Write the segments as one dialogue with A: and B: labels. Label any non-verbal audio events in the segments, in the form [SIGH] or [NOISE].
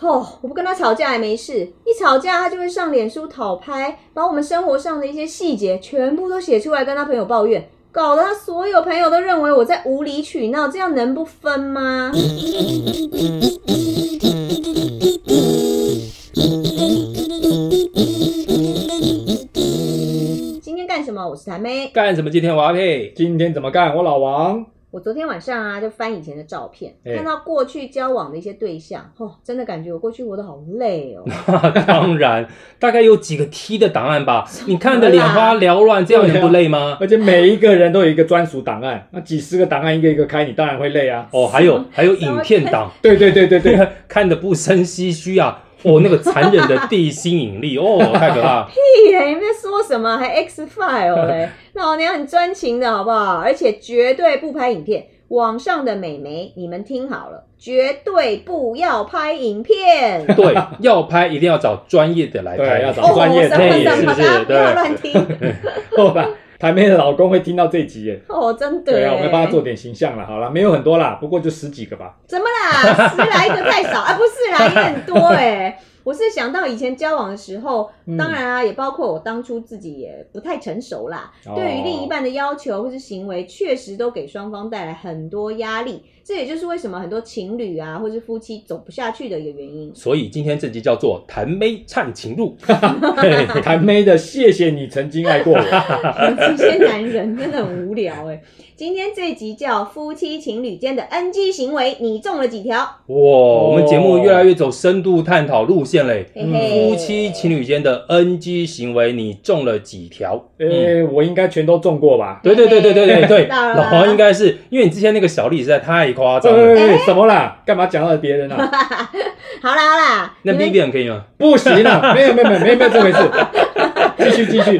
A: 哦，我不跟他吵架也没事，一吵架他就会上脸书讨拍，把我们生活上的一些细节全部都写出来跟他朋友抱怨，搞得他所有朋友都认为我在无理取闹，这样能不分吗？今天干什么？我是谭妹。
B: 干什么？今天我阿佩，今天怎么干？我老王。
A: 我昨天晚上啊，就翻以前的照片，
B: 哎
A: 看到过去交往的一些对象，哦，真的感觉我过去活得好累哦。
B: [LAUGHS] 当然，大概有几个 T 的档案吧？你看的眼花缭乱，这样能不累吗？
C: 而且每一个人都有一个专属档案，那几十个档案一个一个开，你当然会累啊。
B: 哦，还有还有影片档， [LAUGHS]
C: 对对对对对，
B: 看的不生唏嘘啊！哦，那个残忍的地心引力，哦，太可 [LAUGHS] 怕！
A: 屁嘞！你们在说什么？还 X file
C: [LAUGHS]
A: 嘞？老娘很专情的好不好？而且绝对不拍影片。网上的美眉，你们听好了，绝对不要拍影
C: [LAUGHS]
A: 片。
B: 对，要拍一定要找专业的来
C: 对
B: 拍，
C: 要找
A: 哦，
C: 专业
A: 什
C: 的
A: 么
B: 嘿
A: 什
B: 是
A: 么
B: 不
A: 的，大家
B: 是？
A: 不要
B: 对，
A: 乱
C: [LAUGHS]
A: 听。
C: 好吧，台妹的老公会听到这一集耶。
A: 哦，真的耶。
C: 对啊，我们帮他做点形象了。好了，没有很多啦，不过就十几个吧。
A: 怎么啦？十来个太
C: [LAUGHS]
A: 少啊？不是啦，也很多哎、我是想到以前交往的时候，
C: 嗯
A: 当然啊，也包括我当初自己也不太成熟啦。
C: 哦
A: 对于另一半的要求或是行为，确实都给双方带来很多压力。这也就是为什么很多情侣啊，或是夫妻走不下去的一个原
B: [LAUGHS]
A: 因。
B: 所以今天这集叫做《谭妹唱情路》嘿。
C: 台妹的，谢谢你曾经爱过我。
A: 这些男人真的很无聊哎、今天这集叫《夫妻情侣间的 NG 行为》，你中了几条？
B: 哇，我们节目越来越走深度探讨路线嘞。
A: 嘿嘿，
B: 嗯夫妻情侣间的 NG 行为，你中了几条？嗯，
C: 诶，我应该全都中过吧？
B: 对对对对对对对，
A: 哎知道了
B: 老黄应该是因为你之前那个小丽实在太夸张了。
C: 哎，什么啦？干嘛讲到别人啊？
A: 好啦好啦，
B: 那
A: 你们
B: B B 很可以吗？
C: 不行啦，没有没有没有没有没有这回事。继续继续，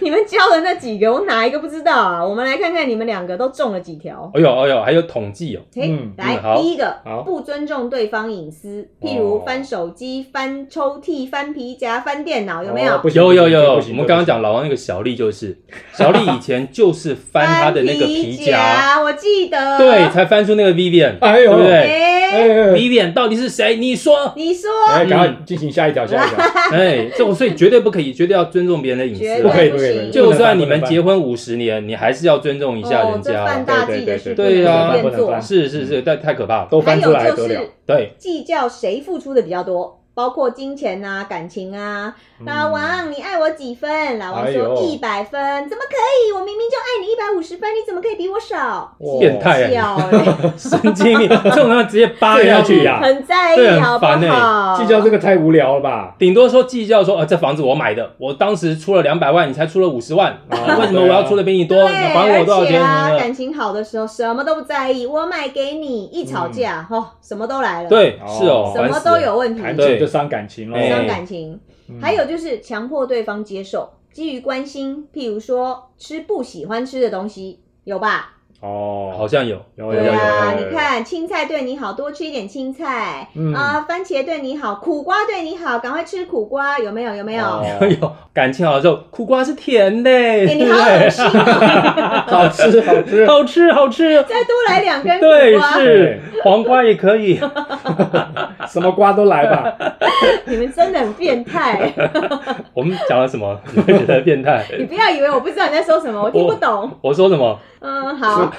A: 你们教的那几个，我哪一个不知道啊？我们来看看你们两个都中了几条。
B: 哎呦哎呦，还有统计哦，
A: 嘿，
C: 嗯
A: 来、
B: 嗯好
A: 第一个
C: 好，
A: 不尊重对方隐私，譬如
B: 哦
A: 翻手机、翻抽屉、翻皮夹、翻电脑，有没有？
C: 哦不行
B: 有有有，
C: 不
B: 我
C: 行
B: 们刚刚讲老王那个小丽就是，小丽以前就是翻她的那
A: [LAUGHS]
B: 个皮夹，
A: 夹，我记得。
B: 对，才翻出那个 Vivian，
C: 哎呦
B: 对不对
A: 哎、
C: 哎，
B: ？Vivian 到底是谁？
A: [LAUGHS]
B: 你说，
A: 你说
C: 哎，赶快进行下一条，下一条。
B: 哎，这我所以绝对不可以，绝对要尊重别人的隐
A: 绝
B: 私
C: 不
B: 啊
C: 可。以
A: 对不
C: 不可以
A: 行，
C: 不能
B: 就
C: 翻
B: 算你们
C: 不能翻
B: 结婚五十年，你还是要尊重一下
A: 哦
B: 人，
A: 这
B: 家
A: 犯
B: 啊。
A: 大忌的
C: 对
A: 事，
C: 对对
A: 不
B: 对
A: 能
B: 啊
A: 随便
C: 不能
A: 做
C: 翻。
B: 是是是，但太可怕了。
C: 都
A: 还
C: 翻出
A: 有
C: 来
A: 就
C: 得了
A: 是。
B: 对，
A: 计较谁付出的比较多，包括金钱啊、感情啊。老王，你爱我几分？老王
C: 哎
A: 说
C: 呦
A: 一百分，怎么可以？我明明就爱你一百五十分，你怎么可以比我少？
C: 哇
B: 变态哎
A: 笑欸
B: 神经病，这种人直接扒
C: 这
B: 人
C: 也
B: 下
C: 要
B: 去
C: 去
B: 呀、
C: 呀、
A: 很在
B: 对
A: 意，
B: 很
A: 好不
B: 烦
A: 好？
B: 欸
C: 计较这个太无聊了吧？
B: 顶多说计较说，呃，这房子我买的，我当时出了两百万，你才出了五十万，
C: 哦
B: [LAUGHS] 为什么我要出的比你多？
A: 对
B: 你还我多少
A: 而且
B: 钱？
A: 啊，
B: 什么的
A: 感情好的时候什么都不在意，我买给你，一吵架，哦，什么都来了，，
B: 对，
C: 哦
B: 是哦，
A: 什
B: 烦
A: 么
B: 死
A: 都
B: 了
A: 有问题，
C: 谈
A: 伤
B: 对
C: 钱就伤感情喽。
B: 哎
A: 感情。
C: 嗯
A: 还有就是强迫对方接受，基于关心，譬如说吃不喜欢吃的东西，有吧？
B: 好
C: 哦，
B: 像有，
C: 有有
A: 对
C: 有
A: 啊，
C: 有有
A: 你
C: 有，
A: 看青菜对你好，多吃一点青菜。
C: 嗯
A: 啊，番茄对你好，苦瓜对你好，赶快吃苦瓜，有没有？有没有？
C: 哦
B: 有 [LAUGHS] 有，感情好的时候，苦瓜是甜的，
A: 哎你好恶心哦！
C: 好吃好
B: [LAUGHS]
C: 吃。
B: 好吃好吃，
A: 再多来两根苦
B: 对，
A: 瓜，
B: 是黄瓜也可以， [LAUGHS]
C: 什么瓜都来吧，
A: 你们真的很变态。
B: 我们讲了什么？ [LAUGHS] 你会觉得变态？
A: [LAUGHS] 你不要以为我不知道你在说什么，我听不懂。
B: 我说什么？
A: 嗯，好，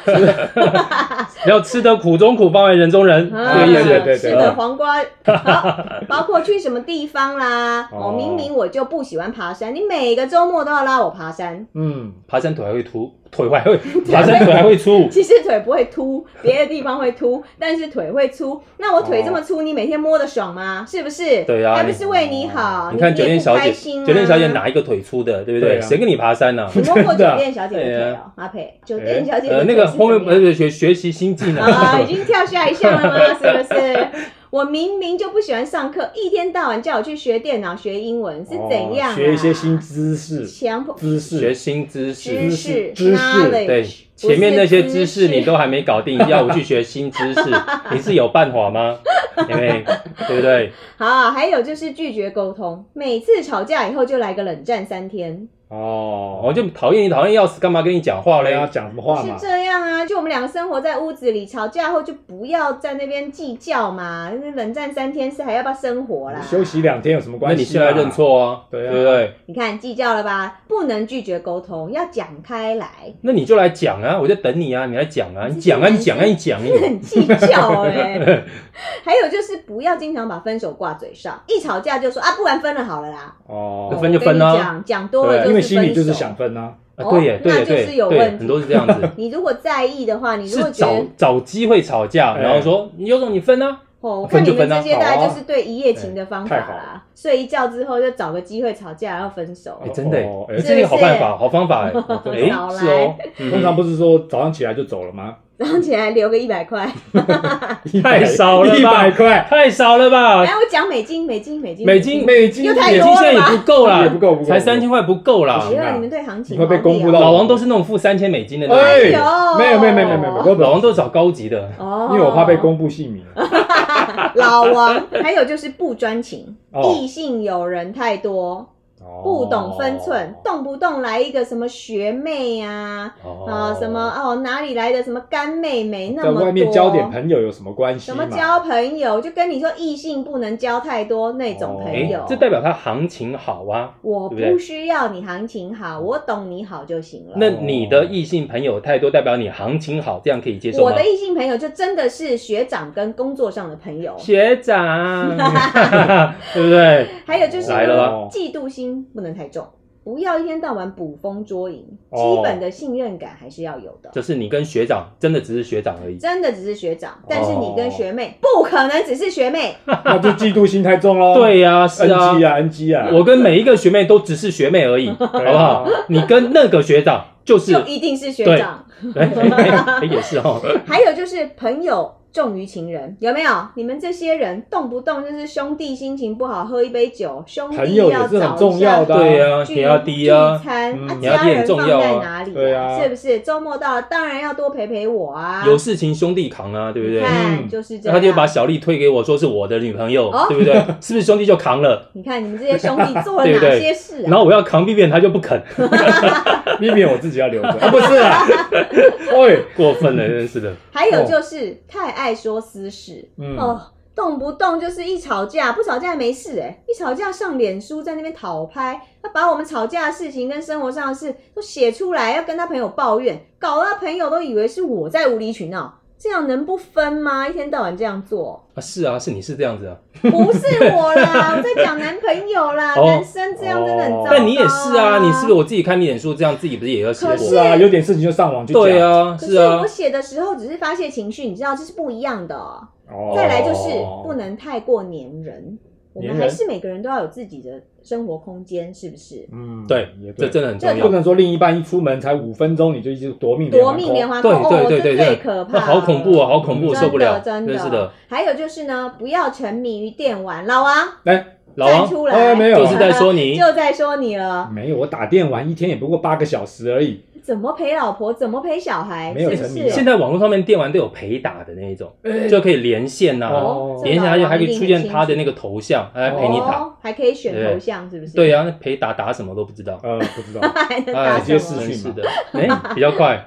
B: 要吃得苦中苦，方为人中人，
A: 啊
B: 这个意
C: 对对
B: 思。
A: 吃
C: 对
A: 的黄瓜，好，
B: [LAUGHS]
A: 包括去什么地方啦。
C: 哦
A: 哦，明明我就不喜欢爬山，你每个周末都要拉我爬山。
C: 嗯，
B: 爬山腿还会凸，腿还会，爬山腿还会粗。
A: 其实腿不会凸，别的地方会凸，但是腿会粗。那我腿这么粗，你每天摸得爽吗？是不是？
B: 对啊
A: 还不是为你好。
B: 你看酒店小
A: 你也
B: 姐，
A: 不开心啊
B: 酒店小姐哪一个腿粗的，对不
C: 对
B: 对？
C: 啊
B: 谁跟你爬山呢？
A: 你摸过酒店小姐的
B: 对
A: 腿哦
B: 啊，
A: 阿佩。酒店小姐的
B: 呃，那
A: 腿
B: 个
A: 是
B: 后面
A: 怎
B: 不
A: 么样
B: 是学学习新技能，
C: [LAUGHS]
A: 啊，已经跳下一项了吗？是不是？我明明就不喜欢上课，一天到晚叫我去学电脑、学英文，是怎样、啊
C: 哦学一些新知识，
A: 强迫
C: 知
B: 学
C: 识，
B: 新知识
A: 知。识、
C: 知识
A: knowledge，
B: 对，
A: 不是
B: 前面那些知
A: 知
B: 识你都还没搞定，要我去学新知
A: [LAUGHS]
B: 识，你是有办法吗？因为对不对？
A: 好。还有就是拒绝沟通，每次吵架以后就来个冷战三天。
C: 哦，
B: 我就讨厌你，讨厌要死，干嘛跟你讲话
C: 要
B: 嘞？
C: 讲什么话
A: 是
C: 嘛？
A: 这样啊，就我们两个生活在屋子里，吵架后就不要在那边计较嘛，因为冷战三天是还要不要生活啦？
C: 休息两天有什么
B: 那
C: 关系？
B: 你现在认，错啊，
C: 对啊
B: 不对？
A: 你看计较了吧？不能拒绝沟通，要讲开来。
B: 那你就来讲啊，我在等你啊，你来讲啊，你讲啊，你讲啊，你讲啊，你
A: [LAUGHS] 很计较哎、
C: [LAUGHS]
A: 还有就是不要经常把分手挂嘴上，一吵架就说啊，不然分了好了啦。
C: 哦，
B: 分就分啊
A: 我跟你讲讲多了
B: 对
A: 就是
C: 因为心里就是
A: 分手
C: 想分啊。
B: 啊，对耶，
A: 哦
B: 对耶，
A: 那就是
B: 对
A: 有
B: 对，
A: 问题
B: 很多是这样子，
A: 你如果在意的话，你如果
B: 是
A: 觉
B: 找
A: 得
B: 找机会吵架，
C: 哎
B: 然后说你有种你分啊，
A: 哦，我
B: 分
A: 看
B: 就
A: 你们
B: 分啊
A: 这些大
C: 好啊
A: 概就是对一夜情的方法
C: 哎太好了
A: 啦，睡一觉之后就找个机会吵架，然后分手
B: 哎，。真的耶
C: 哦，
B: 哎
C: 是
B: 这是一个好
A: 不是
B: 办法，好方法，哎，
A: [LAUGHS]
B: 哎
A: 少来
B: 是哦，
C: 通常不是说早上起来就走了吗？
A: 然后起来留个一百块，
B: [LAUGHS] 太少了吧
C: 一百块，
B: 太少了吧？
A: 来我讲美金，美金，美金，
B: 美金
C: 啊美金
A: 又太
B: 美
A: 多
B: 金现在也
A: 了吧
B: 不够啦，
C: 也不够不够
B: 才三千块不够啦
A: 哎。
C: 啊
A: 呦，你们对行情
C: 你会被公布到
A: 好
B: 老王都是那种付三千美金的那种，
C: 哎，
A: 哎呦
C: 没有没有没有没有没有，我
B: 老王都是找高级的，
A: 妙哦，
C: 因为我怕被公布姓名。
A: 老王。还有就是不专情，
C: 哦
A: 异性友人太多，
C: 哦
A: 不懂分寸，动不动来一个什么学妹啊，啊什么哦哪里来的什么干妹妹那
C: 在
A: 么多，
C: 外面交点朋友有什么关系
A: 什
C: 嘛？
A: 么交朋友，就跟你说异性不能交太多那种朋
B: 哎
A: 友。，
B: 这代表他行情好啊。
A: 我
B: 对不对
A: 不需要你行情好，我懂你好就行了。
B: 那你的异性朋友太多，代表你行情好，这样可以接受
A: 我
B: 吗
A: 的？异性朋友就真的是学长跟工作上的朋友，
B: 学长，
A: [LAUGHS]
B: [LAUGHS] 对不对？
A: 还有就是呢
B: 来了吧
A: 嫉妒心不能太重，不要一天到晚捕风捉影，
C: 哦
A: 基本的信任感还是要有的。
B: 就是你跟学长真的只是学长而已。
A: 真的只是学长，但是你
B: 哦
A: 跟学妹、不可能只是学妹，
C: 那就嫉妒心太重喽。
B: 对呀、是哦啊
C: ，NG 啊，NG 啊，
B: 我跟每一个学妹都只是学妹
A: [LAUGHS]
B: 而已，好不
C: 对啊
B: 好？你跟那个学长就是，
A: 就一定是学长。
B: 哎哎哎也是哦，
A: 还有就是朋友重于情人，有没有？你们这些人动不动就是兄弟心情不好喝一杯酒，兄
C: 朋
A: 弟
C: 友
A: 要找
C: 也是
A: 一下
C: 很重要的啊。
B: 对呀、啊，
A: 聚
B: 血压低啊
A: 聚，餐、
C: 嗯
A: 啊，
C: 你
B: 要
A: 家
B: 变
A: 人
B: 重
A: 放
B: 要啊
A: 在哪里、
C: 对啊
A: 是不是？周末到了，当然要多陪陪我啊。
B: 有事情兄弟扛啊，对不
A: 你
B: 对？
A: 看，
C: 嗯
A: 就是这
B: 那
A: 样。
B: 他就把小丽推给我，说是我的女朋友，
A: 哦
B: 对不对？ [LAUGHS] 是不是兄弟就扛了？
A: 你看你们这些兄弟做了
B: [LAUGHS] 对不对
A: 哪些事
B: 然
A: 啊？
B: 后我要扛 B B，他就不肯，
C: 秘密我自己要留着。啊，不是啊，
A: [LAUGHS]
C: 喂，
B: 哎过分了，真是的。
A: 还有就是太爱说私事、
C: 嗯
A: 哦。动不动就是一吵架，不吵架没事哎、一吵架上脸书在那边讨拍，他把我们吵架的事情跟生活上的事都写出来，要跟他朋友抱怨，搞得他朋友都以为是我在无理取闹，这样能不分吗？一天到晚这样做。
B: [LAUGHS] 啊，是啊，是你是这样子啊，
A: 不是我啦，我在讲男朋友啦，
B: 哦
A: 男生这样真的很糟、
C: 哦
A: 糕。
B: 但你也是啊，你是不是？我自己看你脸书这样，自己不是也要写
A: 可
B: 我？
C: 是啊，有点事情就上网去讲。
B: 对，啊，
A: 可
B: 是
A: 是
B: 啊
A: 我，写的时候只是发泄情绪，你知道这是不一样的哦、
C: 哦
A: 再来就是不能太过粘人，我们
C: 粘人
A: 还是每个人都要有自己的生活空间，是不是？
C: 嗯，
B: 对
C: 也，
B: 这真的很重
C: 不
B: 要。
C: 能说另一半一出门才五分钟你就一直夺命
A: 夺命莲
C: 花
A: 花
B: 对
A: 哦，
B: 对对对
A: 这最
B: 对，
A: 可怕
B: 那
A: 了，
B: 好恐怖哦，好恐怖，
A: 真
B: 我
A: 的
B: 受不了，
A: 真
B: 是的。。
A: 还有就是呢，不要沉迷于电玩，老王
C: 空。来，
B: 老
A: 站
B: 王哦
A: 出来，
C: 哎没有啊
B: 就是在说 [LAUGHS] 你
A: 就在说你了，
C: 没有，我打电玩一天也不过八个小时而已。
A: 怎么陪老婆，怎么陪小孩，
C: 没有
A: 是不
C: 沉迷
A: 是
C: 啊
B: 现在网络上面电玩都有陪打的那一种，就可以连线呐、
C: 哦
B: 连线还还可以出啊现他的那个头像，还来陪你打。
A: 哦，还可以选
B: 对
A: 头像，是不是？
B: 对呀、那陪打打什么都不知道，
C: 呃，不知道，
A: [LAUGHS] 还能
B: 哎
A: 打
C: 直接
A: 什
C: 私
A: 么？
B: 真
C: 讯
B: 是
C: 嘛
B: 的，
A: [LAUGHS]
B: 哎、比较快。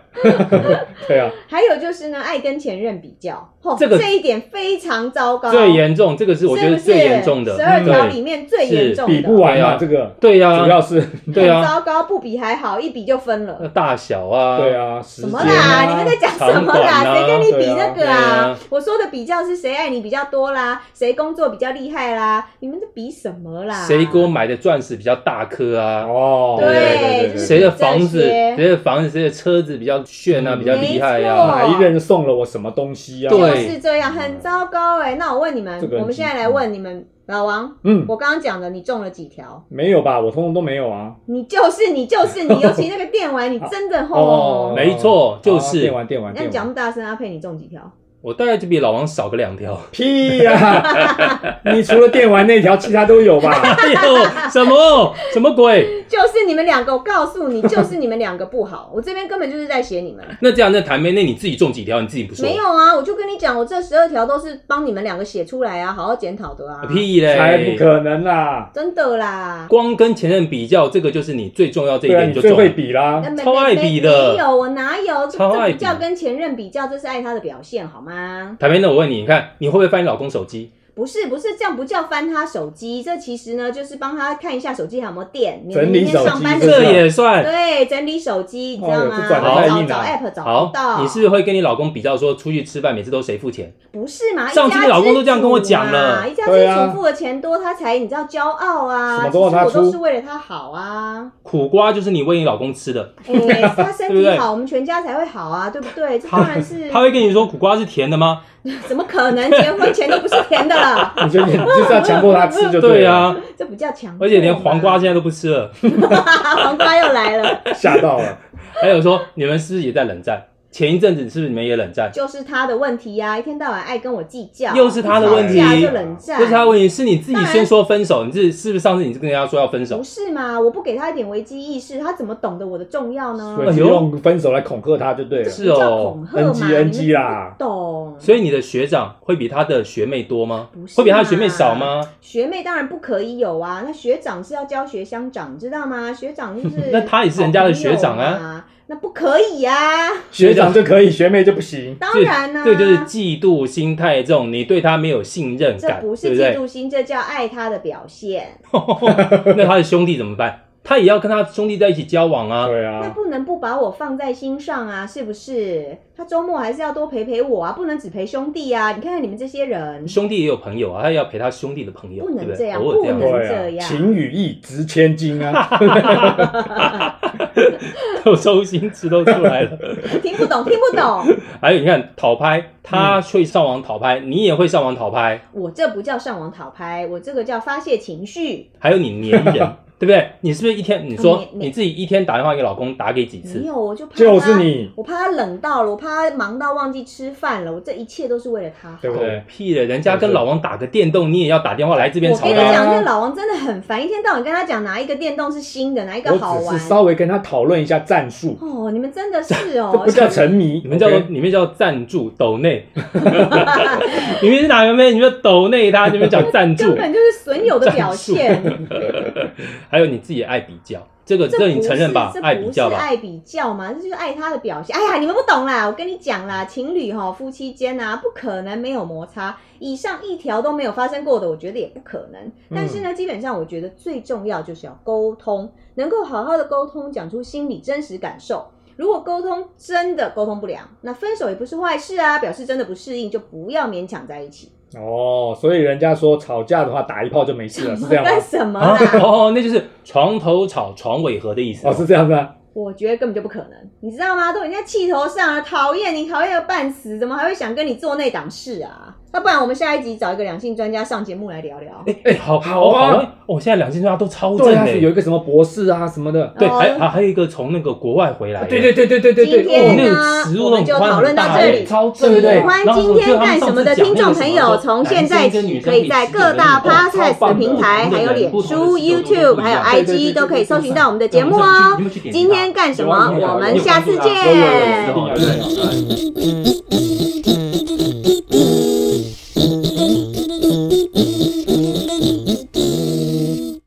C: 对啊，
A: 还有就是呢，爱跟前任比较，吼
B: 这个
A: 这一点非常糟糕，
B: 最严重，这个是我觉得最严重的。
A: 十二条
B: 对
A: 里面最严重的，
C: 比不完
B: 对
C: 嘛，
B: 啊
C: 这个
B: 对呀、
C: 主要是
B: 对
A: 很
B: 啊，
A: 糟糕，不比还好，一比就分
B: 那
A: 了。
B: 大小啊，
C: 对啊，时
A: 什
C: 间
A: 么啦？
C: 啊
A: 你们在讲什么
B: 长短
A: 啦？
B: 啊
A: 谁跟你比那
B: 对
A: 个
B: 啊对
A: 啊
B: 啊？
A: 我说的比较是谁爱你比较多啦，谁工作比较厉害啦，你们在比什么啦？
B: 谁给我买的钻石比较大颗啊？
C: 哦，
A: 对
C: 对
A: 就是
B: 谁的房子，
A: 这些
B: 谁的房子，谁的车子比较炫啊，
C: 嗯
B: 比较厉害
A: 没错
B: 呀、
C: 哪啊一任送了我什么东西啊？
A: 就
B: 对
A: 是这样，很糟糕哎。那我问你们
C: 这个，很
A: 我们现在来问你们，老王，
C: 嗯，
A: 我刚刚讲的，你中了几条？
C: 没有吧？我通通都没有啊。
A: 你就是你就是
B: [LAUGHS]
A: 你，尤其那个电玩，你真的
C: 哦
A: 吼。
B: 没错就是
C: 啊电玩电玩
A: 那
C: 电
A: 你讲那
C: 玩，
A: 么大声，阿佩你中几条？ [LAUGHS]
B: 我大概就比老王少个两条。 [LAUGHS]
C: 屁呀、
A: [LAUGHS]
C: 你除了电玩那条，其他都有 [LAUGHS] 吧？
B: 哎呦，什么什么鬼？
A: 就是你们两个，我告诉你，就是你们两个不好。我这边根本就是在写你们，
B: 那这样，那谭妹，那你自己中几条？你自己不说？
A: 没有啊，我就跟你讲，我这十二条都是帮你们两个写出来啊，好好检讨的啊，
B: 屁啊嘞！
C: 才不可能啊啦！
A: 真的啦。
B: 光跟前任比较，这个就是你最重要这一
C: 对啊，
B: 点你
C: 你
B: 就
C: 最
B: 中
C: 会
B: 了。
C: 比啦
A: 那。没
B: 超爱
A: 没
B: 比的
A: 没有，我哪有？这
B: 超
A: 这
B: 爱比
A: 不叫跟前任比较，这是爱他的表现，好吗？
B: 谭妹，那我问你，你看你会不会翻你老公手机？
A: 不是不是，这样不叫翻他手机，这其实呢就是帮他看一下手机还有没有电，免得
C: 整理
A: 明天
C: 手
A: 上
C: 机
A: 班的
C: 是啊吧
A: 时
B: 这
A: 候
B: 也哦算。
A: 对整理手机，你知道
C: 哎呦
A: 吗？
C: 这转
B: 得太
A: 找
C: 硬了
A: 找 app 找
B: 好
A: 不到，，
B: 你是不是会跟你老公比较说出去吃饭每次都谁付钱？
A: 不是嘛？
B: 上次
A: 一家
B: 你老公都这样跟我讲
A: 之
B: 了
A: 主嘛一家
C: 对
A: 之
C: 啊
A: 主付的钱多，他才你知道骄傲啊。
C: 什么
A: 其实
C: 都要他
A: 我都
C: 出
A: 是为了他好
C: [LAUGHS]
A: 啊。
B: 苦瓜就是你喂你老公吃的，
A: 哎、他身
B: 对不
A: 体
B: 对
A: 好，我们全家才会好啊，对不对？这当然是，
B: 他会跟你说苦瓜是甜的吗？
A: 怎么可能？结婚前都不是甜的
B: [LAUGHS]
A: 了，
C: 你就你就是要强迫他吃就
B: 对
C: 了，
B: 啊，
A: 这不叫强迫嘛。
B: 而且连黄瓜现在都不吃了。
A: [LAUGHS] 黄瓜又来了，
C: 吓到了。
B: 还有说你们是不是也在冷战？前一阵子是不是你们也冷战？
A: 就是他的问题啊呀、一天到晚爱跟我计较，
B: 又是他的问题
A: 吵架就冷战，
B: 不是他的问题，是你自己先说分手，你是是不是上次你是跟人家说要分手
A: 不？是嘛？我不给他一点危机意识，他怎么懂得我的重要呢？
C: 所以就用分手来恐吓他就对了。
B: 是
A: 这叫
B: 哦
A: 恐吓嘛
C: NG
A: 你
C: NG
A: 们
C: 啦
A: 不懂。
B: 所以你的学长会比他的学妹多吗
A: 不？是啊
B: 会比他的学妹少吗？
A: 学妹当然不可以有啊，那学长是要教学乡长，知道吗？学
B: [LAUGHS]
A: 长就是
B: 那他也是人家的学长啊
A: 好朋友嘛，那不可以呀、啊，
C: 学长就可以，学妹就不行。
A: 当然啊啦、
B: 这就是嫉妒心态，这种你对他没有信任
A: 这
B: 感，
A: 不是
B: 对不
A: 嫉
B: 对？啊
A: 妒心，这叫爱他的表现。
B: [LAUGHS] 那他的兄弟怎么办？他也要跟他兄弟在一起交往啊。
C: 对
A: 那
C: 啊，
A: 不能不把我放在心上啊，是不是？他周末还是要多陪陪我啊，不能只陪兄弟啊。你看看你们这些人，
B: 兄弟也有朋友啊，他也要陪他兄弟的朋友，
A: 不能
B: 对不
A: 这
B: 对？
A: 样
B: 偶尔这
A: 不
B: 样 [LAUGHS]
A: 能
B: 子，
A: 这
C: 对
A: 样
C: 啊，情与义值千金啊！
B: 我周星驰都出来了。
A: 听不懂，听不懂。 [LAUGHS]
B: 还有你看讨拍，他会上网讨拍，你也会上网讨拍，
A: 我这不叫上网讨拍，我这个叫发泄情绪。
B: 还有你粘人，
C: [LAUGHS]
B: 对不对？你是不是一天你说
A: 嗯你你
B: 你自己一天打电话给老公打给几
A: 没
B: 次？
A: 有，我就怕他
C: 就是你，
A: 我怕他冷到了，我怕他忙到忘记吃饭了，我这一切都是为了他。
C: 对不对？
B: 屁了，人家跟老王打个电动，你也要打电话来这边
A: 我
B: 吵
A: 跟你
B: 他。
A: 讲，这老王真的很烦，一天到晚跟他讲哪一个电动是新的，哪一个好
C: 我只
A: 玩
C: 是。稍微跟他讨论一下战术，
A: 哦，你们真的是
C: [LAUGHS] 这
A: 哦
C: 不，叫沉迷，
B: 你们叫做
C: OK？
B: 你们叫赞助抖
A: [LAUGHS]
B: 内，你们是哪个妹？你们抖内他，你们讲赞助
A: [LAUGHS] 根，本就是损友的表现。
B: 还有你自己爱比较，这个这你承认吧
A: 这？
B: 爱
A: 不
B: 比
A: 是
B: 较吧？
A: 爱比较嘛，这就是爱他的表现。哎呀，你们不懂啦，我跟你讲啦，情侣哈、夫妻间啊，不可能没有摩擦。以上一条都没有发生过的，我觉得也不可能。
B: 嗯
A: 但是呢，基本上我觉得最重要就是要沟通，能够好好的沟通，讲出心里真实感受。如果沟通真的沟通不良，那分手也不是坏事啊，表示真的不适应就不要勉强在一起。
C: 哦，所以人家说吵架的话打一炮就没事了，是这样
A: [LAUGHS]
C: 吗
A: 干？什么
B: 啊
A: 啦？
B: 哦，那就是床头吵，床尾和的意思
C: 哦，。是这样子啊。
A: 我觉得根本就不可能，你知道吗？都已经在气头上了，讨厌你，讨厌的半死，怎么还会想跟你做那档事啊？要不然我们下一集找一个两性专家上节目来聊聊。
B: 哎哎，好
C: 好啊！
B: 哦，现在两性专家都超正
C: 对啊，
B: 的
C: 是有一个什么博士啊什么的。
B: 对，
A: 哦
B: 还还还有一个从那个国外回来的，
C: 对对对对对对
A: 今天
C: 对，
A: 呢
B: 那个植，
A: 我
B: 物那
A: 们
B: 种
A: 就
B: 宽
A: 讨论
B: 很
A: 到
B: 大
A: 这
B: 的
A: 里。
C: 超正
B: 对
C: 的
B: 对
A: 喜
B: 对
C: 对。
A: 欢今天干什么的听众朋友，从现在起可以在各大 podcast 的平台，还有脸书、YouTube，还有 IG 都可以搜寻到我们的节目哦
C: 啊
A: 哦。今天干什么？我们下次
C: 有有有有一定啊
A: 见。
C: 要一定要。
B: 嗯